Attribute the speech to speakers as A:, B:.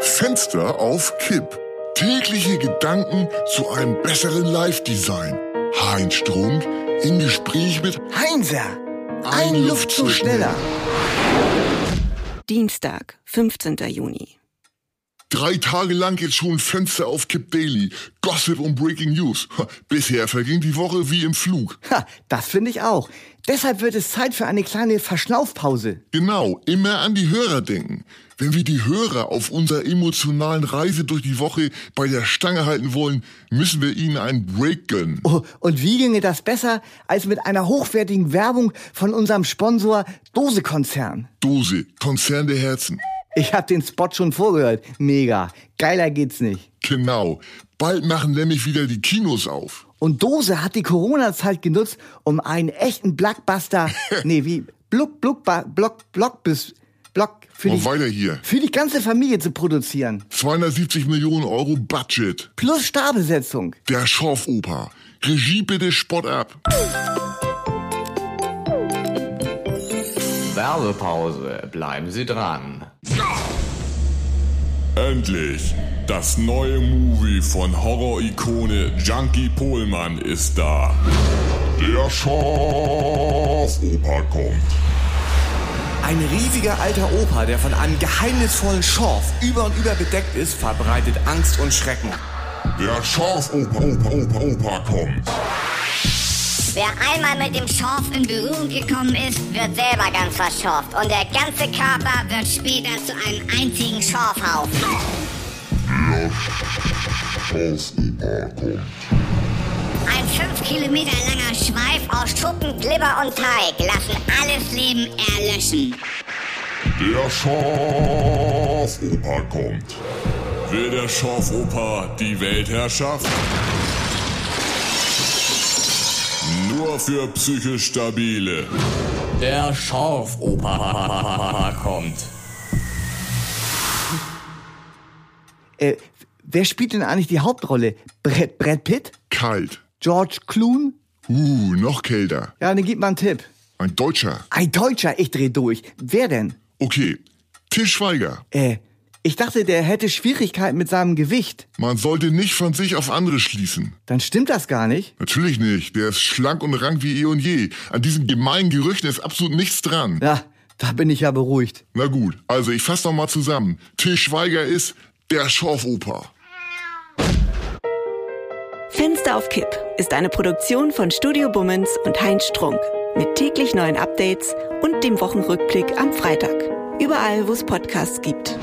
A: Fenster auf Kipp. Tägliche Gedanken zu einem besseren Live-Design. Heinz Strunk im Gespräch mit
B: Heinzer,
A: Ein Luftzug schneller.
C: Dienstag, 15. Juni.
A: drei Tage lang jetzt schon Fenster auf Kipp Daily. Gossip und Breaking News. Ha, Bisher verging die Woche wie im Flug.
B: Ha, das finde ich auch. Deshalb wird es Zeit für eine kleine Verschnaufpause.
A: Genau, immer an die Hörer denken. Wenn wir die Hörer auf unserer emotionalen Reise durch die Woche bei der Stange halten wollen, müssen wir ihnen einen Break gönnen.
B: Oh, und wie ginge das besser als mit einer hochwertigen Werbung von unserem Sponsor Dose Konzern?
A: Dose, Konzern der Herzen.
B: Ich habe den Spot schon vorgehört. Mega. Geiler geht's nicht.
A: Genau, bald machen nämlich wieder die Kinos auf.
B: Und Dose hat die Corona-Zeit genutzt, um einen echten Blockbuster, nee, wie Block, Block, Block, Block bis Block für
A: Und
B: die,
A: weiter hier.
B: für die ganze Familie zu produzieren.
A: 270 Millionen Euro Budget.
B: Plus Starbesetzung.
A: Der Schorfoper. Regie bitte Spott ab.
D: Werbepause. Bleiben Sie dran.
E: Endlich! Das neue Movie von Horror-Ikone Junkie Pohlmann ist da.
A: Der Schorfoper kommt.
F: Ein riesiger alter Opa, der von einem geheimnisvollen Schorf über und über bedeckt ist, verbreitet Angst und Schrecken.
A: Der Schorfoper Oper, Oper, Oper kommt.
G: Wer einmal mit dem Schorf in Berührung gekommen ist, wird selber ganz verschorft. Und der ganze Körper wird später zu einem einzigen Schorfhaufen.
A: Schorfoper kommt.
G: Ein 5 Kilometer langer Schweif aus Schuppen, Glibber und Teig lassen alles Leben erlöschen.
A: Der Schorfoper kommt.
E: Will der Schorfoper die Weltherrschaft? Nur für psychisch Stabile.
D: Der Schorfoper kommt.
B: Äh, wer spielt denn eigentlich die Hauptrolle? Brad, Brad Pitt?
A: Kalt.
B: George Clooney?
A: Uh, noch kälter.
B: Ja, dann gib mal einen Tipp.
A: Ein Deutscher.
B: Ein Deutscher, ich dreh durch. Wer denn?
A: Okay. Til Schweiger.
B: Äh, ich dachte, der hätte Schwierigkeiten mit seinem Gewicht.
A: Man sollte nicht von sich auf andere schließen.
B: Dann stimmt das gar nicht.
A: Natürlich nicht. Der ist schlank und rank wie eh und je. An diesen gemeinen Gerüchten ist absolut nichts dran.
B: Ja, da bin ich ja beruhigt.
A: Na gut, also ich fass noch mal zusammen. Til Schweiger ist der Schorfoper.
C: Fenster auf Kipp ist eine Produktion von Studio Bummens und Heinz Strunk. Mit täglich neuen Updates und dem Wochenrückblick am Freitag. Überall, wo es Podcasts gibt.